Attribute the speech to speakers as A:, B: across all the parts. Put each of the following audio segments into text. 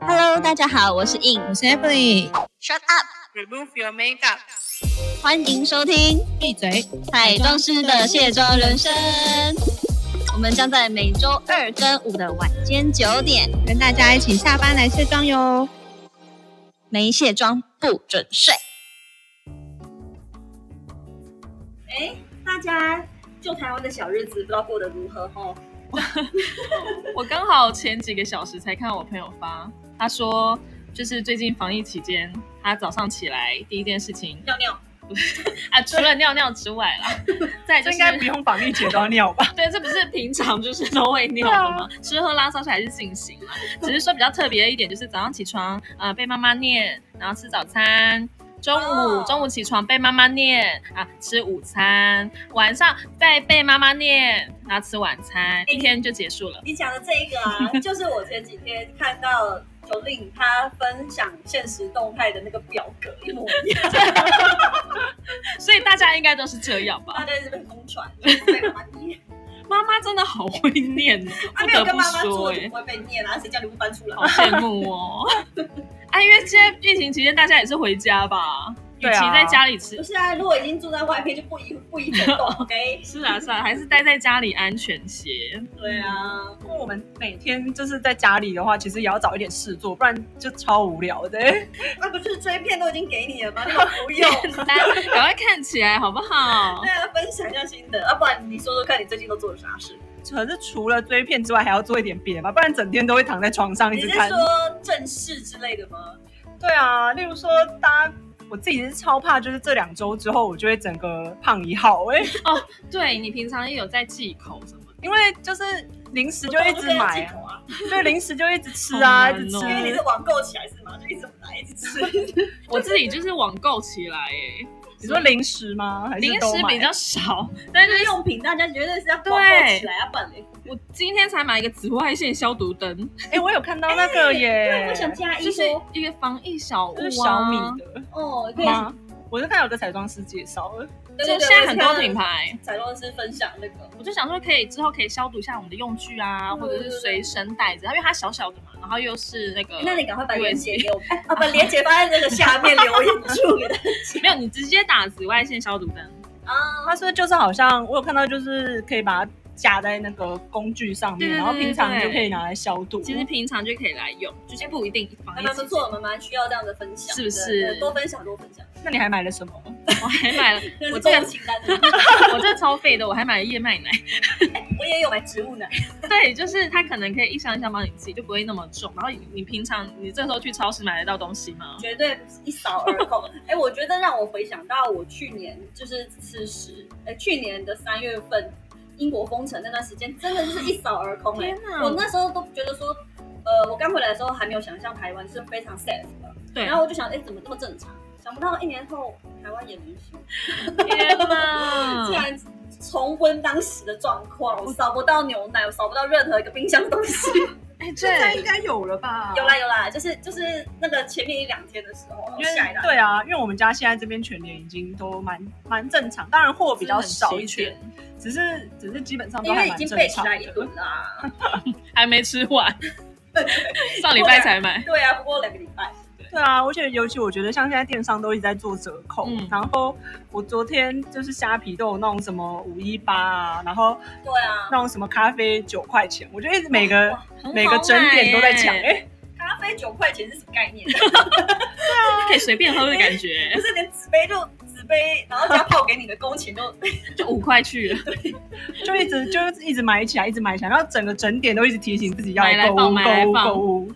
A: Hello，大家好，我是 In。
B: 我是 Emily，
A: Shut up！
C: Remove your makeup.
A: 欢迎收听
B: 闭嘴。
A: 彩妆师的卸妆人生。我们将在每周二跟五的晚间九点，
B: 跟大家一起下班来卸妆哟。
A: 没卸妆不准睡。哎，大家就台湾的小日子不知道过得如何哦？
C: 我刚好前几个小时才看我朋友发，他说就是最近防疫期间，他早上起来第一件事情
A: 尿尿，
C: 啊，除了尿尿之外 啦，再就是
D: 用绑一节都要尿吧？
C: 对，这不是平常就是都会尿
B: 啊
C: 的吗？吃喝拉撒睡还是进行了，只是说比较特别的一点就是早上起床，呃，被妈妈念，然后吃早餐。中午
A: 哦
C: 中午起床被妈妈念啊，吃午餐，晚上再被妈妈念，然后吃晚餐，一天就结束了。
E: 你讲的这一 个啊，就是我前几天看到九令他分享现实动态的那个表格一模一样，
C: 所以大家应该都是这样
E: 大
C: 吧？
E: 家一直被疯 传，就是被妈妈念，
C: 妈妈真的好会念哦，
E: 啊
C: 不
E: 没有
C: 得
E: 跟
C: 不
E: 妈妈
C: 说
E: 住
C: 哎、
E: 就不会被念啊，谁叫你不搬出来
C: 好？羡慕哦。哎、因为现在疫情期间，大家也是回家吧？与
D: 对
C: 其
D: 啊
C: 在家里吃
E: 不是啊，如果已经住在外面，就不宜不宜走动 ，OK？
C: 是啊是啊，还是待在家里安全些。
E: 对啊，
D: 因为我们每天就是在家里的话，其实也要找一点事做，不然就超无聊的。
E: 那啊不是追片都已经给你了 吗？你又不用。
C: 大家赶快看起来好不好
E: 对？啊，分享一下心得，啊，不然你说说看你最近都做了啥事？
D: 可是除了追片之外，还要做一点别的吧，不然整天都会躺在床上一
E: 你
D: 直
E: 是
D: 看。
E: 说正事之类的吗？
D: 对啊，例如说大家。我自己是超怕，就是这两周之后，我就会整个胖一号 哎、
C: 对你平常也有在忌口什么的？
D: 因为就是零食就一直
E: 我
D: 买
E: 都跟他进
D: 啊，
E: 口啊，
D: 对，零食就一直吃啊，
C: 好
D: 一
C: 难哦
D: 直
E: 因为你
D: 吃
E: 是。网购起来是吗？就一直买一直吃。
C: 我自己就是网购起来哎、
D: 你说零食吗？还是
C: 零
D: 都
C: 食
D: 买
C: 比较少，但
E: 日
C: 是
E: 用品大家绝对是要广
C: 对
E: 购起来，要不然嘞。
C: 我今天才买一个紫外线消毒灯，
D: 哎、我有看到那个耶，
E: 我想加一
C: 就是
E: 说，
C: 一个防疫小物
D: 哎就是
C: 啊。
D: 小米的。
E: 哦，可
C: 嗯
E: 以。
D: 吗？我是看有个彩妆师介绍的，
E: 对
C: 就
E: 对对
C: 现在很多
E: 我是看
C: 品牌，
E: 彩妆师分享那个，
C: 我就想说可以之后可以消毒一下我们的用具啊，
E: 嗯
C: 或者是随身袋子，因为它小小的嘛，然后又是那个，
E: 哎那你赶快把链接给我们， 哎啊，把链接放在那个下面留言 处给他。
C: 没有你直接打紫外线消毒灯，
E: 啊，
D: 他说就是好像我有看到，就是可以把它架在那个工具上面，
C: 对对对
D: 然后平常
C: 对
D: 就可以拿来消毒。
C: 其实平常就可以来用，就是不一定防
E: 还
C: 疫
E: 蛮
C: 期
E: 不
C: 间
E: 错，我们蛮需要这样的分享，
C: 是不是
E: 对对多分享，多分享。
D: 那你还买了什么？
C: 我还买 了，
E: 这
C: 我
E: 是
C: 这
E: 购物
C: 个
E: 清单的，
C: 我这个超废的，我还买了燕麦奶。
E: 我也有买植物奶，
C: 对，就是它可能可以一箱一箱帮你寄，就不会那么重。然后你你平常你这时候去超市买得到东西吗？
E: 绝对一扫而空。哎，我觉得让我回想到我去年就是此时，哎，去年的三月份英国封城那段时间，真的就是一扫而空哎
C: 天。哪！
E: 我那时候都觉得说，呃，我刚回来的时候还没有想象台湾就是非常 safe 的，
C: 对，
E: 然后我就想，哎、怎么这么正常？想不到一年后台湾也能行，
C: 天
D: 嗯
E: 竟
C: 哪！
E: 然重温当时的状况，我扫不到牛奶，我扫不到任何一个冰箱的东西。
C: 哎，
D: 现在
C: 对
D: 应，该有了吧？
E: 有啦有啦，就是就是那个前面一两天的时候，
D: 因为
E: 下一单。
D: 对啊，因为我们家现在这边全年已经都蛮蛮正常，当然货比较少一
C: 点
D: 点，，只是只是基本上都
E: 因
D: 还
E: 为已
D: 蛮
E: 经
D: 正
E: 备起
D: 常
E: 来一
D: 的
E: 轮。啊啦，
C: 还没吃 完，上礼拜才买。
E: 对啊，不过两个礼拜，
D: 对啊，而且尤其我觉得像现在电商都一直在做折扣，
C: 嗯
D: 然后我昨天就是虾皮都有那种什么五一八啊，然后
E: 对啊，
D: 那种什么咖啡九块钱，我就一直每个
C: 很
D: 每个
C: 好
D: 整点都在抢，
C: 买欸
D: 哎、
C: 耶
E: 咖啡九块钱是什么概念？
C: 可以随便喝的感觉
E: 就，是连纸杯就纸杯，然后加泡给你的工钱都
C: 就五块去了，
D: 就一直就一直买起来，一直买起来，然后整个整点都一直提醒自己要
C: 买来
D: 购
C: 放
D: 物
C: 买来
D: 购物
C: 放
D: 购物。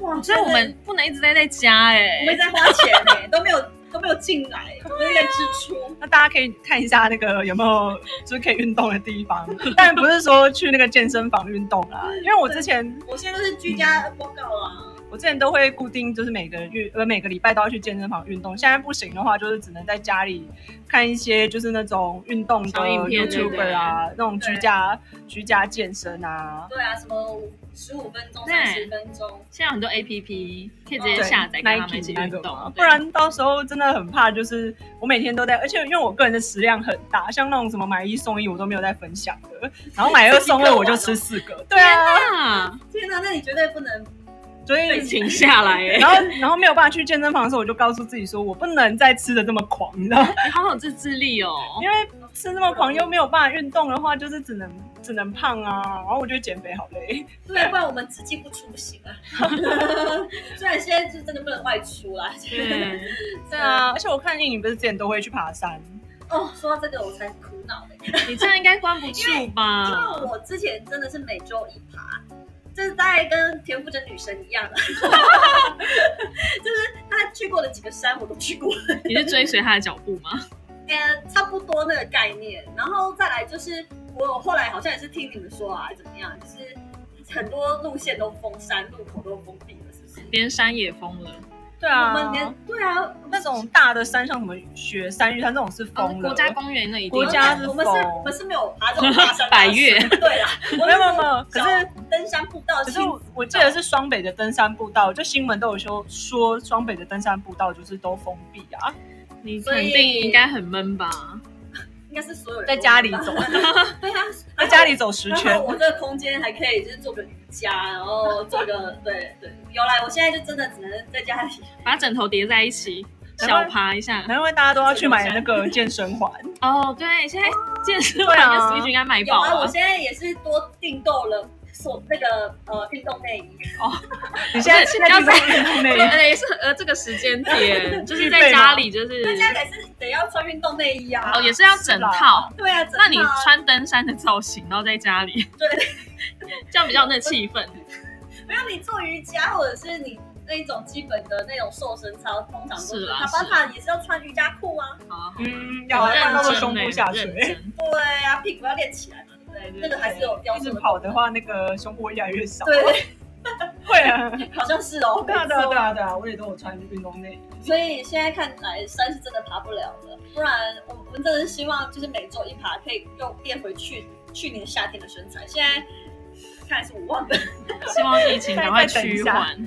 E: 哇，
C: 所以我们不能一直待在家哎
E: 我。们在花钱呢、 都没有都没有进来，都是在支出。
D: 那大家可以看一下那个有没有就是可以运动的地方，但不是说去那个健身房运动啦，因为我之前
E: 我现在都是居家报告啊，
D: 我之前都会固定就是每个月呃每个礼拜都要去健身房运动，现在不行的话就是只能在家里看一些就是那种运动的
C: 小影片对不对
D: YouTuber 啊，那种居家居家健身啊，
E: 对啊，什么十五分钟、
C: 对
E: 三十分钟，
C: 现在有很多 A P P 可以直接
D: 对
C: 下载跟他们一起
D: Nike 那
C: 运
D: 个嘛
C: 动，
D: 不然到时候真的很怕。就是我每天都在，而且因为我个人的食量很大，像那种什么买一送一我都没有在分享的，然后买二送二我就吃四个。对啊，
C: 啊，
E: 天哪、那你绝对不能
D: 所
C: 被
D: 以
C: 请下来哎、
D: 然后然后没有办法去健身房的时候，我就告诉自己说，我不能再吃的这么狂，你知道吗？
C: 你好有自制力哦。
D: 因为吃这么狂又没有办法运动的话，就是只能只能胖啊。然后我觉得减肥好累，
E: 对，啊不然我们自己不出不行啊。 虽然现在是真的不能外出啦。
C: 对，
D: 对啊。而且我看电影不是之前都会去爬山，
E: 哦，说到这个我才苦恼的，
C: 你这样应该关不住
E: 因
C: 吧？
E: 为我之前真的是每周一爬，就是大概跟田馥甄女神一样， 就是她去过的几个山我都去过，
C: 你是追随他的脚步吗？
E: 呃，差不多那个概念。然后再来就是我后来好像也是听你们说啊，怎么样，就是很多路线都封山，路口都封闭了，是不是？
C: 连山也封了，
D: 对
E: 我
D: 啊，
E: 们连对啊，
D: 那种大的山，像什么雪山、玉山这种是
C: 哦
D: 封了。
C: 国家公园那一定
D: 国家
E: 我们是
D: 是否
E: 我们是没有爬这种 大山
C: 百越
E: 对啦，我
D: 没有
E: 们
D: 没有没 有，可
E: 小
D: 是
E: 登山步道，
D: 可是
E: 亲
D: 我我记得是双北的登山步道，就新闻都有说说双北的登山步道就是都封闭啊，
C: 你肯定应该很闷吧？
E: 应该是所有人
D: 在家里走，
E: 对啊，
D: 在家里走十
E: 然
D: 圈
E: 后。我这个空间还可以就是做个瑜伽，然后做个对对，有啦，我现在就真的只能在家里。
C: 把枕头叠在一起，
D: 难怪
C: 小爬一下。
D: 难怪大家都要去买那个健 身环，
C: 哦，对，现在健身
D: 对
C: 房跟
D: 啊
C: Switch 应该买
E: 有
C: 爆
E: 啊，我
C: 了。
E: 现在也是多订购了所那个呃运动内衣，
D: 你现在现在就是运动内
C: 对，
D: 衣，
C: 而且也是呃这个时间 点，就是
D: 预备
C: 在
D: 吗
C: 家里就是
E: 现在还是得要穿运动内衣啊。
C: 哦也是要整
D: 是啦
C: 套。
E: 对啊，
C: 那你
E: 真的啊
C: 穿登山的造型，然后在家里，
E: 对，
C: 这样比较有那气氛。
E: 没有你做瑜伽或者是你。那一种基本的那种瘦身操，通常都
C: 是
E: 是
C: 啦
E: 塔巴塔也是要穿瑜伽裤啊。
C: 好，
D: 嗯，
C: 好
D: 要
C: 认
D: 要
C: 真
D: 到
C: 欸
D: 胸部下
C: 认
D: 垂。
C: 真
E: 对啊，屁股要练起来嘛，对不对？那个还是有雕
D: 一
E: 塑
D: 直
E: 的
D: 跑的话，那个胸部会越来越小。
E: 对，对
D: 会 啊，
E: 对，好像是 哦。
D: 对啊，对啊，
E: 没错
D: 对啊，对啊，我也都有穿运动内衣。
E: 所以现在看来山是真的爬不了了，不然我们真的是希望就是每周一爬可以又变回去去年夏天的身材。现在看来是我忘了，
C: 希望疫情赶快
D: 再再等一
C: 趋
D: 下
C: 缓。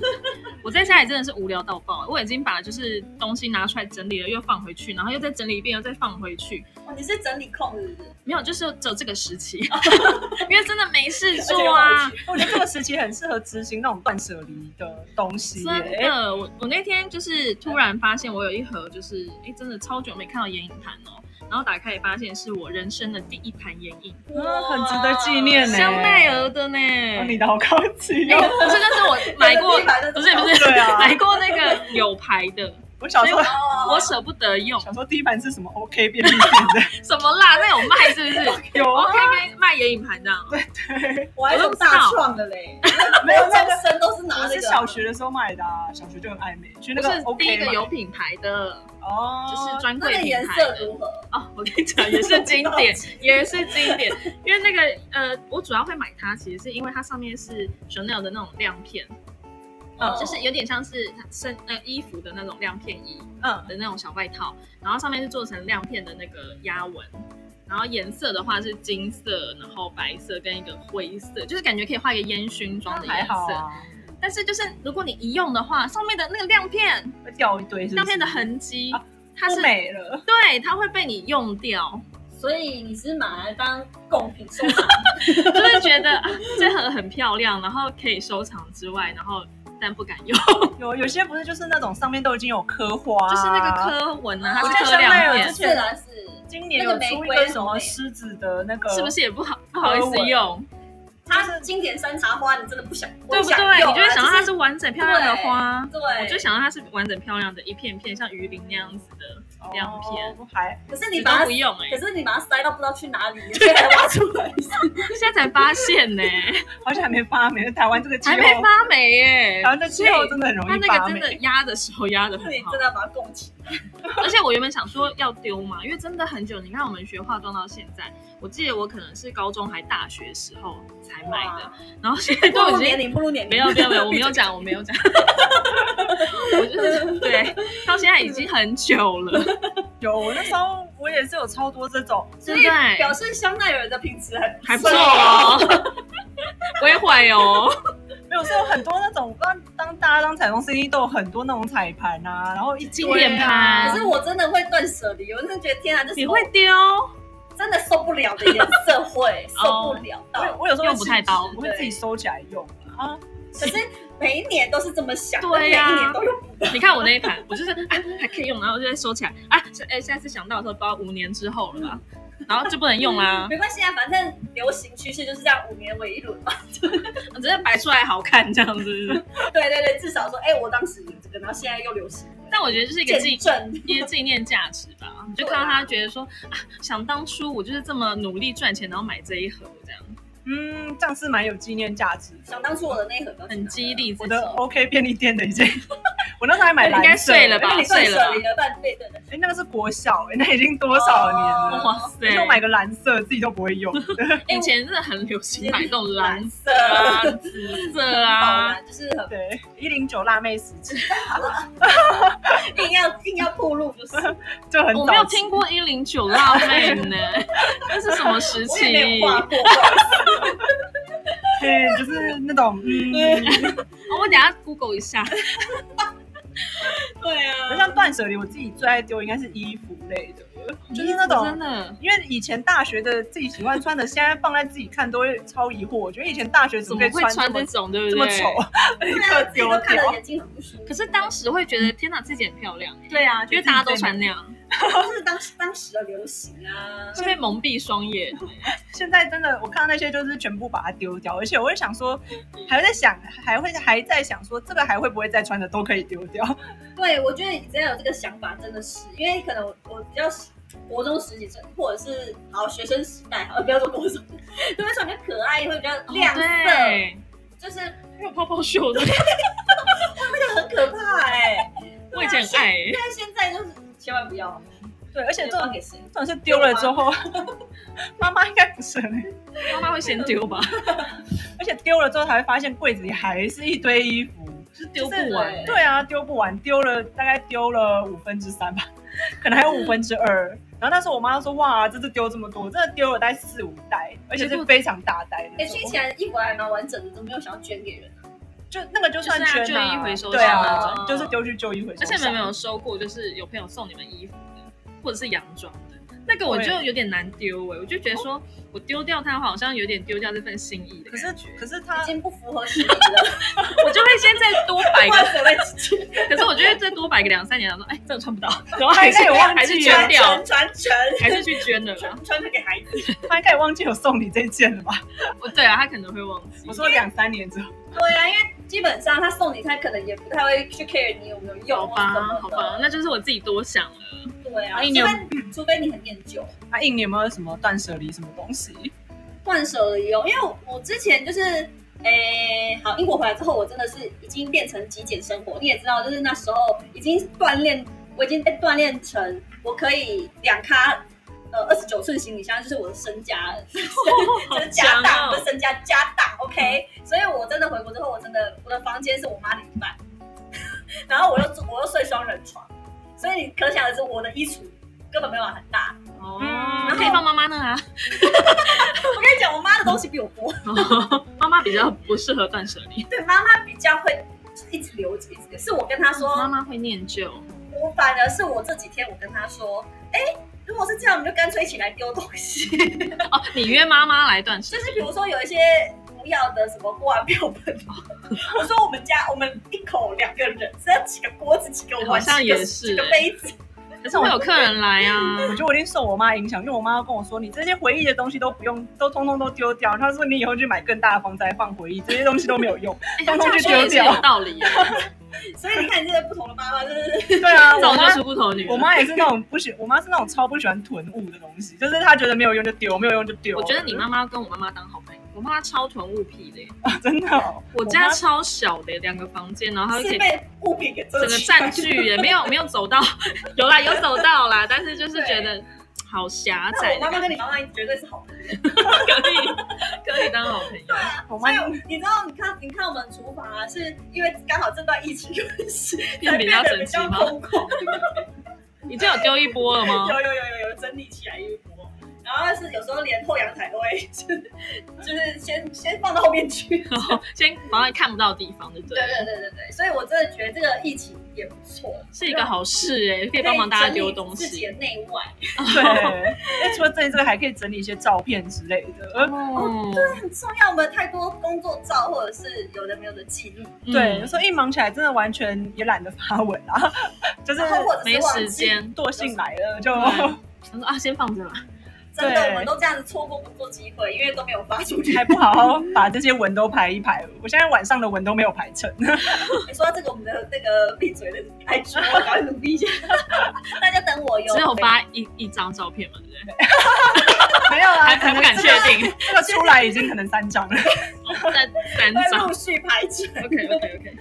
C: 我在家里真的是无聊到爆，欸我已经把就是东西拿出来整理了，又放回去，然后又再整理一遍，又再放回去。
E: 哦你是整理控是不是？
C: 没有，就是只有这个时期， 因为真的没事
E: 而且又
C: 做
E: 回
C: 啊
E: 去。，
D: 我觉得这个时期很适合执行那种断舍离的东西耶。
C: 真的，我我那天就是突然发现我有一盒，就是哎，真的超久没看到眼影盘哦。然后打开也发现是我人生的第一盘眼影，
D: 嗯很值得纪念呢
C: 香奈儿的呢。
D: 啊你的好高级
C: 哎，
D: 哦！
C: 不是，那是我买过
E: 不
C: 不是不是，
D: 对 啊
C: 买过那个有牌的，
D: 我小时候
C: 我舍不得用。
D: 小时候第一盘是什么 OK 便 利店
C: 什么啦？那有卖是 不是
D: 的，有啊，
C: ？OK 卖卖眼影盘这啊样，
E: 我还有大创的嘞，
D: 没有那
E: 终身都是拿
D: 个，我
E: 那
D: 是
E: 个。
D: 小学的时候买的啊，小学就很爱美，去那
C: 不
D: 个
C: 是
D: OK
C: 第一个
D: 嘛
C: 有品牌的，
D: 哦，
C: 就是专
E: 那
C: 柜
E: 个
C: 品
E: 颜
C: 牌
E: 色
C: 的
E: 如何？
C: 哦。我跟你讲，也是经 典，也是经典。因为那个呃，我主要会买它，其实是因为它上面是 Chanel 的那种亮片，
D: 嗯
E: 哦
C: 就是有点像是身呃衣服的那种亮片衣
D: 嗯，
C: 的那种小外套，然后上面是做成亮片的那个压纹。然后颜色的话是金色，然后白色跟一个灰色，就是感觉可以画一个烟熏妆
D: 那
C: 的
D: 还
C: 颜
D: 好
C: 色。
D: 啊，
C: 但是就是如果你一用的话，上面的那个亮片，
D: 会掉一堆是不是
C: 亮片的痕迹，
D: 啊
C: 它
D: 不
C: 是
D: 美了，
C: 对，它会被你用掉，
E: 所以你是买来当贡品 收藏？
C: 就是觉得、啊、这盒很漂亮，然后可以收藏之外，然后但不敢用，
E: 啊
D: 有有些不是就是那种上面都已经有刻啊花，
C: 就是那个。刻纹啊，它
E: 我
C: 是
E: 觉得
C: 刻
D: 香奈
C: 亮
D: 儿
C: 片
D: 之，
E: 是
D: 前
E: 啦是，
D: 今年
E: 那
D: 有
E: 个玫
D: 出
E: 瑰
D: 一个什
E: 很
D: 么
E: 美
D: 狮子的那个，
C: 是不是也不好不好意思
D: 纹
C: 用，
E: 它经典山茶花，你真的不想
C: 对不
E: 想
C: 对？
E: 用
C: 你就会
E: 啊
C: 想到它
E: 就是
C: 完整漂亮的花。
E: 对，
C: 我就想到它是完整漂亮的一片片，像鱼鳞那样子的，
D: 哦
C: 亮片？
D: 还
E: 可是你
C: 都
E: 把它
C: 不用 哎、
E: 可是你把它塞到不知道去哪 里，现在挖出来。
C: 现在才发现 呢、
D: 好像还没发霉，台湾这个气候
C: 还，没发霉耶、
D: 台湾的气候真的很容
C: 它
D: 易
C: 那
D: 发
C: 个真
D: 霉。
C: 的压的时候压的很
E: 自己
C: 好
E: 真，的要把它供起 来。
C: 而且我原本想说要丢嘛，因为真的很久。你看我们学化妆到现在，我记得我可能是高中还大学时候才买的，然 后现在
E: 步
C: 都
E: 入
C: 已
E: 年
C: 经
E: 龄，步入年龄，
C: 没有没有没有，我没有讲，我没有讲， 我就是对，到现在已经很久了，
D: 有，我那时候我也是有超多这种，
C: 对
E: 所
C: 不
E: 以
C: 对？
E: 表示香奈儿的品质还
C: 哎还不错哦，不会坏哦，
D: 没有是有很多那种，当当大家当彩妆师一定都有很多那种彩盘啊，然后一
C: 经
D: 堆啊
C: 典盘
E: 可是我真的会断舍离，我真的觉得天啊，这是
C: 你
E: 我
C: 会丢？
E: 真的受不了的颜色
C: 哦
E: 会受不了
D: 我有
E: 到。
D: 我有时候
C: 用不太到
D: 我会自己收起来用啊。
E: 可是每一年都是这么想，但
C: 对啊呀
E: 每一年都用不到。
C: 你看我那一盘，我就是啊还可以用，然后就再收起来啊。哎，下次想到的时候，不知道五年之后了吧，然后就不能用啦。
E: 没关系啊，反正流行趋势就是这样，五年为一轮嘛。
C: 我只是摆出来好看这样子。
E: 对对对，至少说，哎、我当时有这个，然后现在又流行了，
C: 但我觉得就是一个纪
E: 见 证。
C: 一些纪念价值吧。就看到他觉得说啊，想当初我就是这么努力赚钱，然后买这一盒这样，
D: 嗯，这样是蛮有纪念价值的。
E: 想当初我的那一盒都是
C: 很激励自
D: 我
C: 己
D: 的。OK 便利店的一件， 我那时候还买蓝色
C: 应该碎了吧
E: 那你断
C: 碎了吧
E: 舍离了半辈的人，
D: 哎、那个是国小、哎，那已经多
C: 哦
D: 少年了？
C: 哇塞！
D: 而且我呃买个蓝色，自己都不会用。
C: 以前真的很流行买这种蓝
E: 色
C: 色啊、紫色啊，
E: 宝蓝就是 很
D: 对，一零九辣妹时期
E: 硬要硬要铺路，就是
D: 就很早期。
C: 我没有听过一零九辣妹呢，那是什么时
E: 我
C: 期
E: 也？没有画过，
D: 对，就是那种，嗯，
C: 哦我等一下 Google 一 下。对
D: 好
C: 啊，
D: 像断舍离，我自己最爱丢应该是衣服类的，就是那种
C: 真的
D: 因为以前大学的自己喜欢穿的，现在放在自己看都会超疑惑。我觉得以前大学怎
C: 怎
D: 么
C: 么
D: 可以
C: 会
D: 这
C: 穿这
D: 么
C: 种，对
D: 这
C: 不
D: 么
C: 对？
D: 丑， 立
E: 对
D: 刻
E: 啊，自己
D: 丢
E: 都看
D: 掉
E: 了。眼睛很不舒服。
C: 可是当时会觉得天哪，自己很漂亮，欸
D: 对啊，
C: 因为大家都穿那样，
E: 哦就是当时当时的流行啊，
C: 会被蒙蔽双眼。哦
D: 现在真的，我看到那些就是全部把它丢掉，而且我会想说，还会在想，还会还在想说，这个还会不会再穿的都可以丢掉。
E: 对，我觉得你只要有这个想法，真的是因为可能我我比较喜国中时期，或者是好学生时代，啊好不要说国中，就会说比较可爱，会比较亮色，
C: 对，
E: 就是
C: 还有泡泡袖的，
E: 这个很可怕哎、
C: 我以前很爱欸。
E: 但现在就是千万不要，
D: 对，而且
E: 不
D: 这
E: 要
D: 种
E: 给谁？
D: 这种是丢了之后， 妈妈应该不是很，
C: 妈妈会先丢吧，
D: 而且丢了之后才会发现柜子里还是一堆衣服。
C: 是丢不完欸。
D: 对啊，丢不完，丢了大概丢了五分之三吧，可能还有五分之二。然后那时候我妈说：“哇，这次丢这么多，真的丢了大概四五袋，而且是非常大袋
E: 哎、
D: 那
E: 欸，
D: 种。哦
E: 听起来衣服还蛮完整的，怎么没有想要捐给人啊？
D: 就那个就算
C: 就是
D: 捐
C: 啊
D: 啊
C: 旧衣回收
D: 对
E: 箱
D: 啊
E: 那，种
D: 就是丢去旧衣回收
C: 而且
D: 箱。
C: 你们有没有收过，就是有朋友送你们衣服的，或者是洋装的，那个我就有点难丢哎、我就觉得说我丢掉它，好像有点丢掉这份心意的
D: 可
C: 感
D: 是
C: 觉。
D: 可是他
E: 已经不符合实力了，
C: 我就会先再多摆
E: 换
C: 个，
E: 谁会去
C: 可是我就会再多摆个两三年，然后说哎，这个穿不到，然后还是
D: 哎那也忘记了
C: 还是捐
E: 传
C: 掉
E: 承，传 承？
C: 还是去捐了啦。
E: 传传承给孩子，
D: 他应该也忘记有送你这件了吧？
C: 我对啊，他可能会忘记。
D: 我说两三年之后，
E: 对啊，因为基本上他送你，他可能也不太会去 care 你有没有
C: 好
E: 用或啊
C: 吧
E: 者怎么，的
C: 好吧，，那就是我自己多想了。
E: 对啊，
A: 哎
E: 除
A: 你有
E: 非除非你很念旧，
D: 阿啊印，你有没有什么断舍离什么东西？
E: 断舍离哦，因为我之前就是，诶、好，英国回来之后，我真的是已经变成极简生活。你也知道，就是那时候已经锻炼，我已经被锻炼成我可以两咖，呃，二十九寸行李箱就是我的身家了，
C: 好
E: 就是家
C: 强
E: 当，
C: 哦嗯
E: 我的身家家当，OK。所以我真的回国之后，我真的我的房间是我妈的一半， 然后我又住我又睡双人床，所以你可想而知，我的衣橱根本没有很大。
C: 哦，
D: 嗯
C: 那可以放妈妈那 啊，
E: 我跟你讲，我妈的东西比我 多。
C: 哦妈妈比较不适合断舍离，
E: 对，妈妈比较会一直留着，一直留。是我跟她说，
C: 妈妈会念旧。
E: 我反而是我这几天我跟她说，哎、如果是这样，我们就干脆一起来丢东西。
C: 哦，你约妈妈来断舍
E: 就
C: 离，
E: 是比如说有一些不要的什么锅碗瓢盆，我说我们家我们一口两个人，只要几个锅子、几个碗、
C: 好像
E: 几个
C: 也是
E: 几个杯子，
C: 可是会有客人来啊。
D: 我觉得我一定受我妈影响，因为我妈跟我说，你这些回忆的东西都不用，都通通都丢掉。她说你以后去买更大的房子来放回忆，这些东西都没有用。
C: 哎
D: 通通去
C: 这样说也是
D: 丢掉
C: 有道理耶。
E: 所以你看，这个不同的妈妈就是
D: 对啊，我
C: 早
D: 妈
C: 就出不头女了。
D: 我妈也是那种不喜，我妈是那种超不喜欢囤物的东西，就是她觉得没有用就丢，没有用就丢。
C: 我觉得你妈妈跟我妈妈当好朋友，我妈妈超囤物癖的耶，
D: 真的哦、
C: 我家超小的耶两个房间，然后她就可
E: 是
C: 以
E: 被物品给遮
C: 整 个
E: 起来
C: 占据耶，没有没有走到， 有啦有走到啦，但是就是觉得好狭
E: 那
C: 窄
E: 我
C: 的
E: 妈妈
C: 感
E: 跟
C: 觉，
E: 你妈妈绝对是好朋友，
C: 可以可以当好朋友，
D: 我
E: 所
D: 妈
E: 以你知道，你看，你看我们厨房啊，是因为刚好这段疫情关系，
C: 变比较
E: 才
C: 神
E: 变得比
C: 奇
E: 较
C: 吗？
E: 空旷。
C: 已经有丢一波了吗
E: 有？有有有有整理起来一波。然后是有时候连后阳台都会就是就是先先放到后面去。
C: 然后先反正看不到的地方，对不对
E: 对？对对对对，所以我真的觉得这个疫情也不错，
C: 是一个好事哎、可以帮忙大家丢东
E: 可以整理自己
C: 西
E: 的。内外，
D: 对，哎，除了整理这个，还可以整理一些照片之类的。呃
C: 哦，
E: 很重要。我们太多工作照或者是有的没有的记录，
C: 嗯
D: 对，有，时候一忙起来，真的完全也懒得发文啊， 就是
E: 然后或者是
C: 没
E: 忘记
C: 时，间。
D: 惰性来了就。
C: 对他说啊，先放着啦。
E: 真的
D: 对
E: 我们都这样子错过工作机会，因为都没有发出 去。
D: 还不好好把这些文都排一排，我现在晚上的文都没有排成。
E: 你说到这个，我们的那个闭嘴的 IG，我 赶快努力一下。 大家等我哟。
C: 只有发一一张照片嘛，对不对？
D: 没有啊
C: 还，还不敢确 定，
D: 这个出来已经可能三张了。
C: 再三
E: 会
C: 张
E: 陆。续排成。
C: OK OK OK，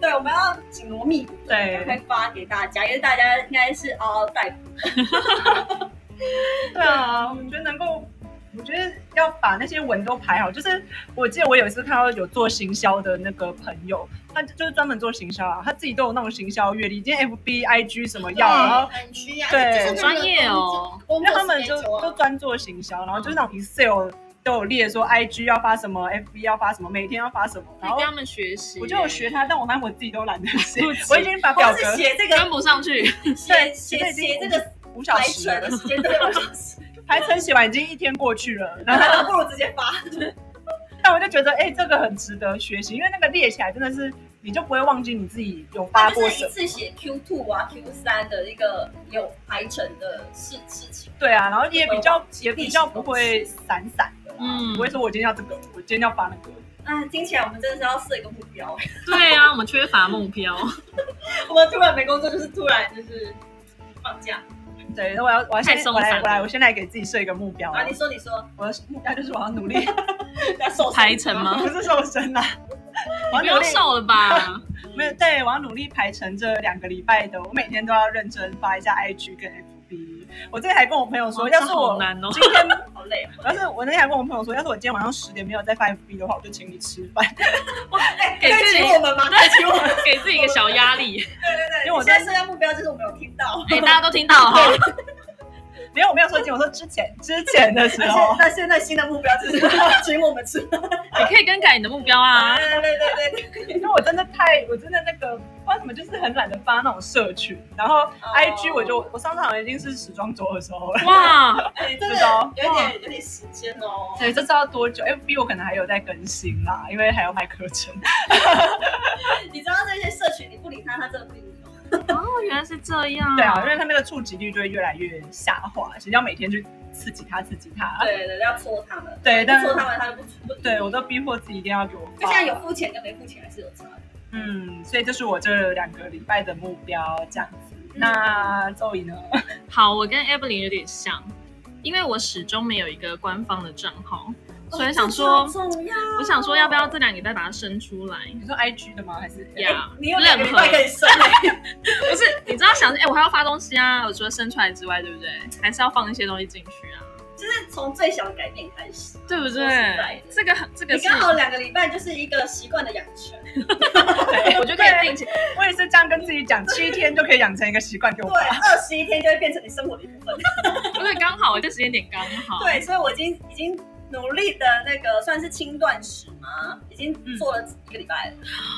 E: 对，我们要紧锣密鼓，
D: 对
E: 赶快发给大家，因为大家应该是呃嗷嗷待哺。
D: 对啊，我觉得能够，我觉得要把那些文都排好。就是我记得我有一次看到有做行销的那个朋友，他就是专门做行销啊，他自己都有那种行销阅历，今天 FB、IG 什么要，然后
E: 很需要，
D: 对
E: 就是那个
C: 专业哦
E: 工
D: 那他
E: 作。工作
D: 们就
E: schedule 啊
D: 都专做行销，然后就是那种 Excel 都有列说 IG 要发什么，FB 要发什么，每天要发什么，
C: 可以
D: 然后
C: 跟他们学习。
D: 我就有学，他，但我发现我自己都懒得写
C: 不止，
D: 我已经把表
E: 光
D: 格
E: 是写这
C: 跟
E: 个
C: 不上去。
E: 写
D: 对
E: 写
D: 已经
E: 写这个
D: 五小
E: 排
D: 时
E: 程的
D: 了，
E: 时间都有小 时，
D: 排程写完已经一天过去了，然后
E: 那不如直接发。
D: 但我就觉得，哎、这个很值得学习，因为那个列起来真的是，你就不会忘记你自己有发
E: 他
D: 过
E: 就是
D: 什
E: 一
D: 么。
E: 次写 Q two 啊 Q 三的一个有排程的事事情。
D: 对啊，然后也比较也
E: 历史
D: 比较不会散散的啦，
C: 嗯
D: 不会说我今天要这个，我今天要发那个。
E: 啊，听起来我们真的是要设一个目标。欸
C: 对啊，我们缺乏目标。
E: 我们突然没工作，就是突然就是放假。
D: 对，我要我要先
C: 太松
D: 我
C: 散
D: 来
C: 了
D: 我来，我先来给自己设一个目标。
E: 啊，你说你说，
D: 我的目标就是我要努力，
E: 要瘦身
C: 排程吗
D: 不是瘦身啊啦，我
C: 不
D: 要努
C: 要
D: 力，
C: 瘦了吧？
D: 没有对，我要努力排成这两个礼拜的，我每天都要认真发一下 IG 跟 FB。我之前还跟我朋友说，
C: 哇
D: 要是
C: 这好
D: 我
C: 难哦
D: 今天
E: 好累哦。
D: 要是我那天还跟我朋友说，要是我今天晚上十点没有再发 FB 的话，我就请你吃饭，
C: 给
E: 可以
C: 自己
E: 请我们吗？可以请我们。
C: 给自己一个小压力。
E: 对对，
D: 因为我
E: 你现在
D: 在
E: 设下目标就是我没有听到。
C: 哎，大家都听到哈。
D: 没有我没有说今天，我说之前之前的时候，
E: 那现在新的目标就是请我们吃饭。
C: 你可以更改你的目标 啊。
E: 对对对对，
D: 因为我真的太我真的那个不知道怎么，就是很懒得发那种社群，然
C: 哦
D: 后 IG 我就、我上次好像已经是时装周的时 候了，
C: 哇，
E: 哎真
D: 知道
E: 的有一点有点时间哦。
D: 对，这知道多久？FB 我可能还有在更新啦，因为还要拍课程。
E: 你知道这些社群，你不理他，他真的不理你哦。
C: 哦，原来是这样。
E: 嗯
D: 对啊，因为它那个触及率就会越来越下滑，谁要每天去刺激它刺激它。
E: 对对，对要戳他们。
D: 对，啊但
E: 不戳他们，他就不不理你。
D: 对我都逼迫自己一定要给我
E: 就
D: 发。
E: 现在有付钱跟没付钱还是有差的。
D: 嗯，所以这是我这两个礼拜的目标，这样子。
E: 嗯
D: 那周怡呢？
C: 好，我跟 Evelyn 有点像，因为我始终没有一个官方的账号，所以想说
E: 哦，这个好重要
C: 我想说要不要这两个礼拜把它生出来
D: 你说 IG 的吗？还是
C: 呀？
E: 哎你有两个
C: 任
E: 礼
C: 何
E: 拜可以生，
C: 不是，你知道想，哎、我还要发东西啊，我除了生出来之外，对不对？还是要放一些东西进去啊，
E: 就是从最小的改变开始。
C: 对不
E: 说实在
C: 对
E: 的？
C: 这个很，这个
E: 你
C: 是，
E: 刚好两个礼拜就是一个习惯的养成。
C: 我就可以 定期，
D: 我也是这样跟自己讲，七天就可以养成一个习惯给我
E: 对，
D: 发。
E: 二十一天就会变成你生活的一部分。
C: 不是刚好，这时间点刚好。
E: 对，所以我已经已经努力的那个算是轻断食嘛，已经做了一个礼拜了，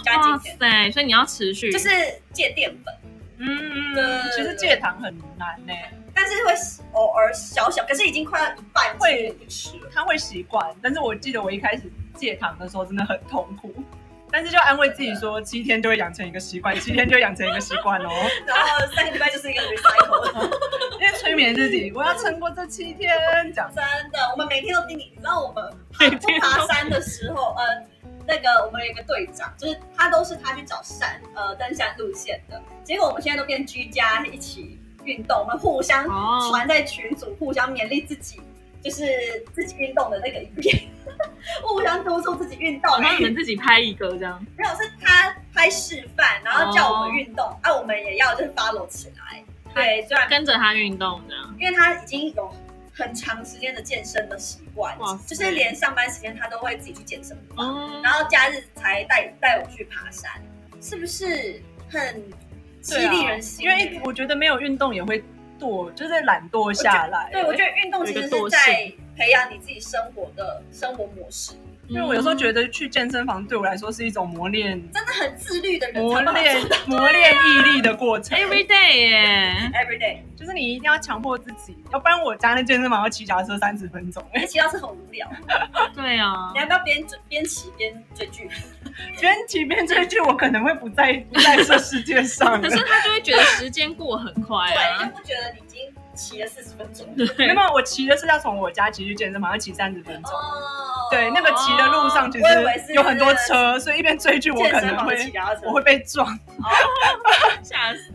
E: 加
C: 嗯哇
E: 今天
C: 塞，所以你要持续，
E: 就是戒淀粉，
D: 嗯
E: 对
D: 其实戒糖很难呢、
E: 但是会偶尔小小，可是已经快要一半
D: 会
E: 不吃了。
D: 他会习惯，但是我记得我一开始戒糖的时候真的很痛苦。但是就安慰自己说，七天就会养成一个习惯，七天就会养成一个习惯哦。
E: 然后三个礼拜就是一个
D: 因
E: recycle，
D: 为催眠自己，我要撑过这七天，这样。
E: 真的，我们每天都盯你。你知道我们爬
C: 每天都
E: 爬山的时候，呃，那个我们有一个队长，就是他都是他去找山，呃，登山路线的。结果我们现在都变居家一起运动，我们互相
C: 哦
E: 传在群组，互相勉励自己，就是自己运动的那个影片， 互相督促自己运动。
C: 好像你们自己拍一个这样，
E: 没有是他拍示范，然后叫我们运
C: 哦
E: 动，啊，我们也要就是 follow 起来。对，虽然
C: 跟着他运动这样，
E: 因为他已经有很长时间的健身的习惯
C: 哇，塞
E: 就是连上班时间他都会自己去健身房，
C: 哦
E: 然，后假日才带带我去爬山，是不是很激励人心？
D: 啊因为我觉得没有运动也会惰，就是懒惰下来。
C: 哎
E: 对，我觉得运动其实
C: 有一
E: 是
C: 个惰
E: 在
C: 性
E: 培养你自己生活的生活模式，
D: 因为我有时候觉得去健身房对我来说是一种磨练、
E: 真的很自律的人
D: 磨
E: 才办法
D: 练、磨练毅力的过程。
C: 哎 every day 耶，
E: every day，
D: 就是你一定要强迫自己，要不然我家那健身房要骑脚踏车三十分钟，哎
E: 而且骑到是很无聊。
C: 对 啊
E: 你，要不要边追边骑边追剧？
D: 边骑边追剧，我可能会不在不在这世界 上
C: 可
D: 了。
C: 是他就会觉得时间过很快
E: 对，
C: 啊
E: 就，不觉得你已经骑了四十分钟。
D: 没
C: 对啊
D: 有，，我骑的是要从我家骑去健身房，要骑三十分钟。
E: 哦，
D: 对，那个骑的路上其
E: 我以为
D: 实
E: 是
D: 有很多车，所以一边追剧我
E: 健
D: 可
E: 身
D: 能
E: 房骑
D: 会
E: 脚踏车
D: 我，会被撞。
C: 吓死，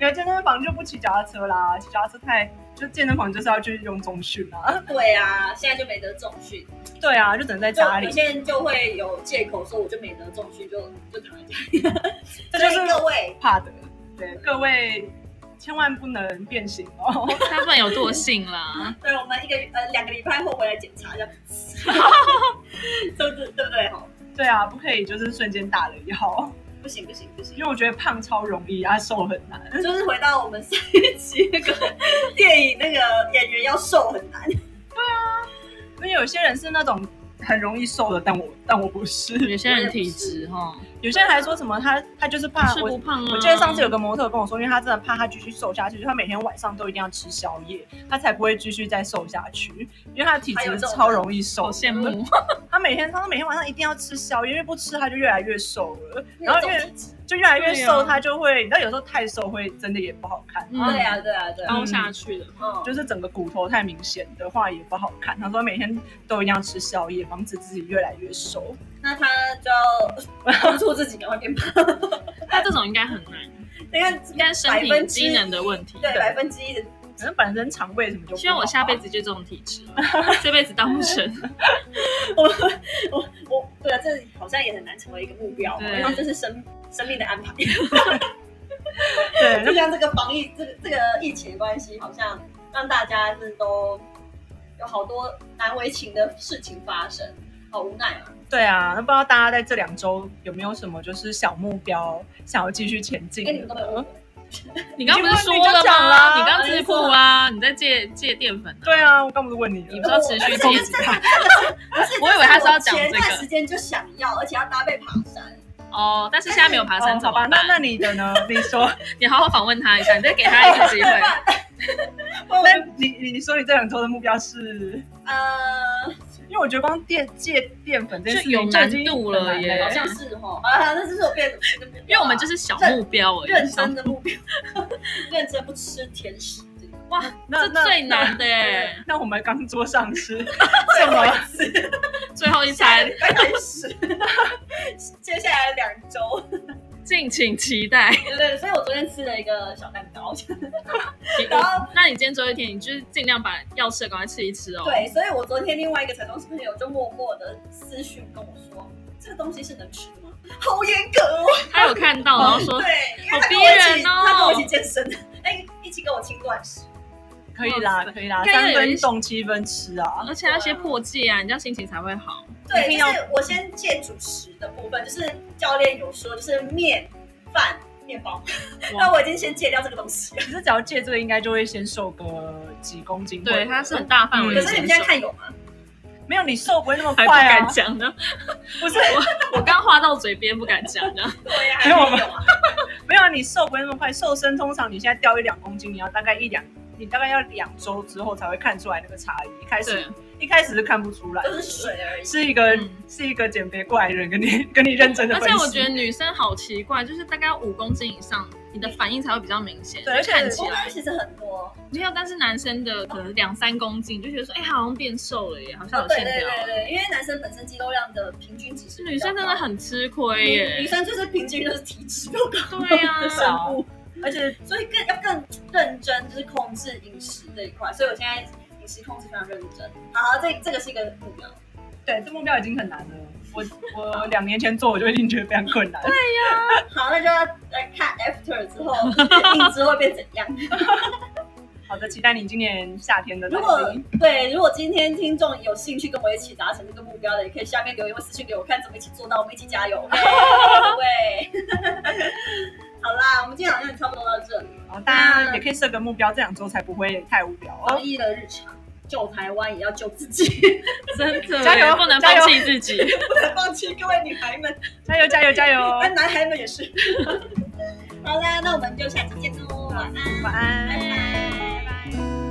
D: 因为健身房就不骑脚踏车啦，骑脚踏车太就健身房就是要去用中训啊。
E: 对啊，现在就没得重训，
D: 对啊，就只能在
E: 就
D: 家里
E: 有。些人就会有借口说我就没得重训，就就躺在家里。
D: 这就是
E: 所以各位，
D: 怕的。对，各位千万不能变形哦。
C: 他们有惰性啦，
E: 对，我们一个呃两个礼拜后回来检查一 下，对不对？对不对？哈，
D: 对啊，不可以就是瞬间打了药，
E: 不行不行不行，
D: 因为我觉得胖超容易啊，瘦很难。
E: 就是回到我们上一期那个电影，那个演员要瘦很难，
D: 因为有些人是那种很容易瘦的，但我但我不是。
C: 有些人体质哈，
D: 有些人还说什么他他就是怕
C: 吃
D: 我
C: 不。胖啊。
D: 我记
E: 嗯
D: 得上次有个模特跟我说，因为他真的怕他继续瘦下去，所以他每天晚上都一定要吃宵夜，他才不会继续再瘦下去。因为他的体
E: 还有
D: 质
E: 这种
D: 超容易瘦，
C: 好羡慕，
D: 他每天他说每天晚上一定要吃宵夜，因为不吃他就越来越瘦了，然后
E: 因
D: 越
E: 为有这种体质
D: 就越来越
C: 对
D: 瘦，
C: 啊
D: 他就会，你知道有时候太瘦会真的也不好看，
E: 对啊对啊对啊，
C: 嗯凹下去了。
E: 嗯，
D: 就是整个骨头太明显的话也不好看。他说每天都一定要吃宵夜，防止自己越来越瘦。
E: 那他就要督促自己赶快变 胖，
C: 他这种应该很难，
E: 你看
C: 应该身
E: 百
C: 体
E: 分之一
C: 机能的问题。
E: 对百分之一的
D: 可能本身肠胃什么就不好
C: 希望我下辈子就这种体质了，这辈子当不成。
E: 我我我，对啊，这好像也很难成为一个目标，
C: 对
E: 因为这是生生命的安排，
D: 对，
E: 就
D: 那
E: 像这个防疫，这个这个疫情的关系，好像让大家是都有好多难为情的事情发生，好无奈
C: 嗯
E: 啊。
D: 对啊，那不知道大家在这两周有没有什么就是小目标想要继续前进
E: 哎，你们都没有问
C: 嗯
D: 的？
E: 我，
C: 你刚不是说了
D: 你就讲啦
C: 吗？你刚自曝啊，你在戒戒淀粉啊？
D: 对啊，我刚不是问你
C: 你
D: 了哦
C: 不是要持续
D: 攻
C: 戒
D: 击
C: 几
D: 他？
C: 我以为他是要讲
E: 前
C: 这
E: 段
C: 个
E: 时间就想要，而且要搭配爬山，
C: 哦，但是现在没有爬山
D: 哦
C: 怎
D: 好
C: 么
D: 吧，那那
C: 办？
D: 你的呢？你说，
C: 你好好访问他一下，你再给他一个机会。
D: 那你你说你这两周的目标是？
E: 呃，
D: 因为我觉得光戒戒淀粉这件事情
C: 就有
D: 就已
C: 难
D: 经
C: 度
D: 很
C: 了
D: 难
C: 耶
E: 好像是哦， 啊，那这是我变，啊
C: 因为我们就是小目标而已，哦
E: 认真的目标， 认真不吃甜食，
C: 哇，
D: 那
C: 这最难的耶，
D: 那我们刚桌上吃 什么？
C: 最后一餐，
E: 开始， 接下来两周，
C: 敬请期待。
E: 对对，所以我昨天吃了一个小蛋糕，
C: 你
E: 然后
C: 那你今天最后一天，你就是尽量把要吃的赶快吃一吃哦。
E: 对，所以我昨天另外一个成功朋友就默默的私讯跟我说，这个东西是能吃的吗？好严格哦，
C: 他有看到，然后说
E: 对，因为
C: 好
E: 他
C: 逼
E: 跟我一起，
C: 人哦
E: 他跟我一起健身，哎，一起跟我清断食，
D: 可以啦，可以
C: 应
D: 啦，
C: 该
D: 三
C: 有
D: 分
C: 一
D: 动七分吃啊。
C: 而且要先破戒啊，你这样心情才会好。
D: 一
E: 对，
D: 定
E: 就
D: 要
E: 是我先戒主食的部分，就是教练有说，就是面饭。面包，那我已经先戒掉这个东西了。
D: 可是只要戒这个，应该就会先瘦个几公斤。
C: 对，
D: 或者
C: 它是很大范围的
E: 可
D: 嗯
C: 接受。
E: 是你们现在看有吗？
D: 没有你瘦不会那么
C: 还不
D: 快
C: 敢
D: 啊。
C: 讲呢，
D: 不是，
C: 我刚话到嘴边不敢讲呢。
E: 对呀、
D: 没有吗
E: 还没有啊。
D: 没有啊，你瘦不会那么快。瘦身通常你现在掉一两公斤，你要大概一两，你大概要两周之后才会看出来那个差异。一开
C: 对
D: 始，一开始是看不出来的，
E: 都是水而已。
D: 是一个
C: 嗯
D: 是一个减肥过来人跟你跟你认真的
C: 而
D: 分
C: 且
D: 析。
C: 我觉得女生好奇怪，就是大概要五公斤以上，你的反应才会比较明显，
D: 对
C: 就
D: 而且
C: 看起
E: 我
C: 来
E: 们其实很多，
C: 没有。但是男生的可能两三公斤，就觉得说，哎、好像变瘦了耶，好像
E: 哦
C: 有
E: 对
C: 线
E: 对
C: 条了。
E: 对对，因为男生本身肌肉量的平均值是
C: 女生真的很吃亏
E: 女女
C: 耶，
E: 生就是平均就是体脂都高
C: 对
E: 的
C: 啊，
E: 生物，
D: 而且
E: 所以更要更认真，就是控制饮食这一块。所以我现在饮食控制非常认真。好，这这个是一个目标，
D: 对这目标已经很难了。我我两年前做我就已经觉得非常困难。
E: 好，那就要来看 after 之后饮食会变怎样。
D: 好的，期待你今年夏天的来
E: 如果
D: 临。
E: 对，如果今天听众有兴趣跟我一起达成这个目标的，也可以下面留言或私信给我看怎么一起做到，我们一起加油，OK？各位。好啦，我们今天好像也差不多到这里。
D: 好，大家那也可以设个目标，这两周才不会太无聊
E: 防
D: 哦。
E: 疫的日常，救台湾也要救自己，
C: 真的
D: 加油
C: 不能
D: 加油
C: 放弃自己。
E: 不能放弃各位女孩们，
D: 加油加油加油！
E: 那哦男孩们也是。 好啦，那我们就下期见喽，晚安，
D: 晚安。
E: 拜拜。
D: 拜拜